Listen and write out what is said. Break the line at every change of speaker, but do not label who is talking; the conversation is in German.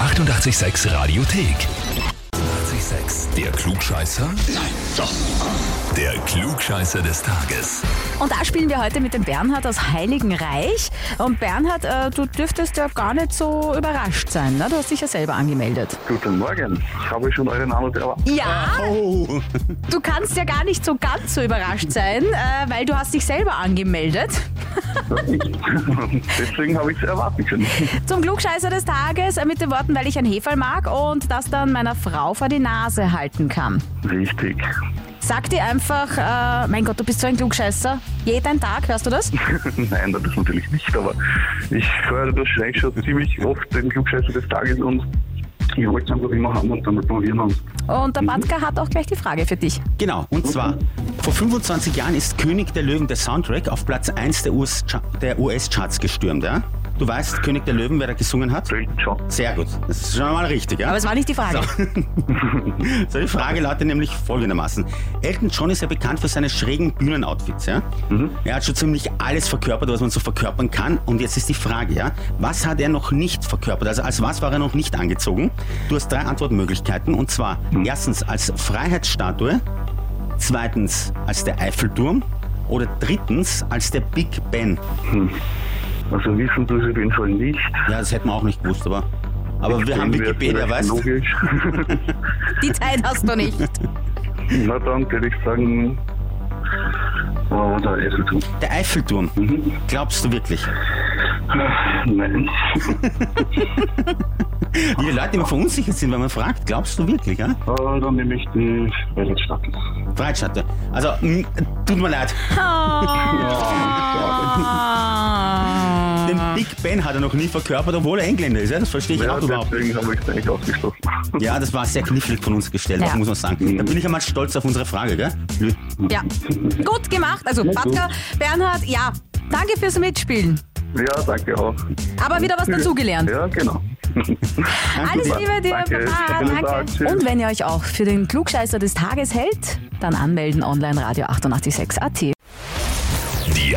886 Radiothek. 886, der Klugscheißer? Nein, doch. Der Klugscheißer des Tages.
Und da spielen wir heute mit dem Bernhard aus Heiligenreich. Und Bernhard, äh, du dürftest ja gar nicht so überrascht sein. Ne? Du hast dich ja selber angemeldet.
Guten Morgen. Ich habe schon euren Anruf erwartet.
Ja,
Oh,
du kannst ja gar nicht so ganz so überrascht sein, äh, weil du hast dich selber angemeldet.
Deswegen habe ich es erwarten können.
Zum Klugscheißer des Tages äh, mit den Worten, weil ich ein Heferl mag und das dann meiner Frau vor die Nase halten kann.
Richtig.
Sag dir einfach, äh, mein Gott, du bist so ein Klugscheißer. Jeden Tag, hörst du das?
Nein, das natürlich nicht, aber ich höre das wahrscheinlich schon ziemlich oft den Klugscheißer des Tages und ich wollte es einfach immer haben und dann mal probieren und
Und der Batka hat auch gleich die Frage für dich.
genau. Und zwar, vor 25 Jahren ist König der Löwen der Soundtrack auf Platz 1 der US-Charts der US -Charts gestürmt, ja? Du weißt, König der Löwen, wer da gesungen hat?
vielleicht schon.
Sehr gut. Das ist schon mal richtig, ja?
Aber es war nicht die Frage.
So, die Frage lautet nämlich folgendermaßen. Elton John ist ja bekannt für seine schrägen Bühnenoutfits, ja? Er hat schon ziemlich alles verkörpert, was man so verkörpern kann. Und jetzt ist die Frage, ja? Was hat er noch nicht verkörpert? Also als was war er noch nicht angezogen? Du hast drei Antwortmöglichkeiten. Und zwar erstens als Freiheitsstatue, zweitens als der Eiffelturm oder drittens als der Big Ben.
Also wissen tue ich auf jeden Fall nicht.
Ja, das hätten wir auch nicht gewusst, aber... Aber wir haben
Wenn
Wikipedia,
vielleicht
weißt du?
Logisch.
Die Zeit hast du nicht.
Na dann würde ich sagen, oh, da ist es. gut.
Der Eiffelturm. Glaubst du wirklich?
Nein.
Wie die Leute immer verunsichert sind, wenn man fragt, glaubst du wirklich, ja?
Oh, dann nehme ich die Weltstadt.
Breitschnatter. Also, mm, tut mir leid.
Oh. Ah.
Den Big Ben hat er noch nie verkörpert, obwohl er Engländer ist, ja? Das verstehe ich
Ja,
auch überhaupt nicht.
deswegen habe ich es eigentlich ausgeschlossen.
Ja, das war sehr knifflig von uns gestellt,
Ja.
das muss man sagen. Da bin ich einmal stolz auf unsere Frage, gell? Blöd.
Ja, gut gemacht. Also Batka, Bernhard, ja. Danke fürs Mitspielen.
Ja, danke auch.
Aber wieder was dazugelernt.
Ja, genau.
Alles
Super.
Liebe dir,
Danke.
Baba.
Schönen Tag.
Danke.
Tschüss.
Und wenn ihr euch auch für den Klugscheißer des Tages hält, dann anmelden online Radio 886 AT.
Die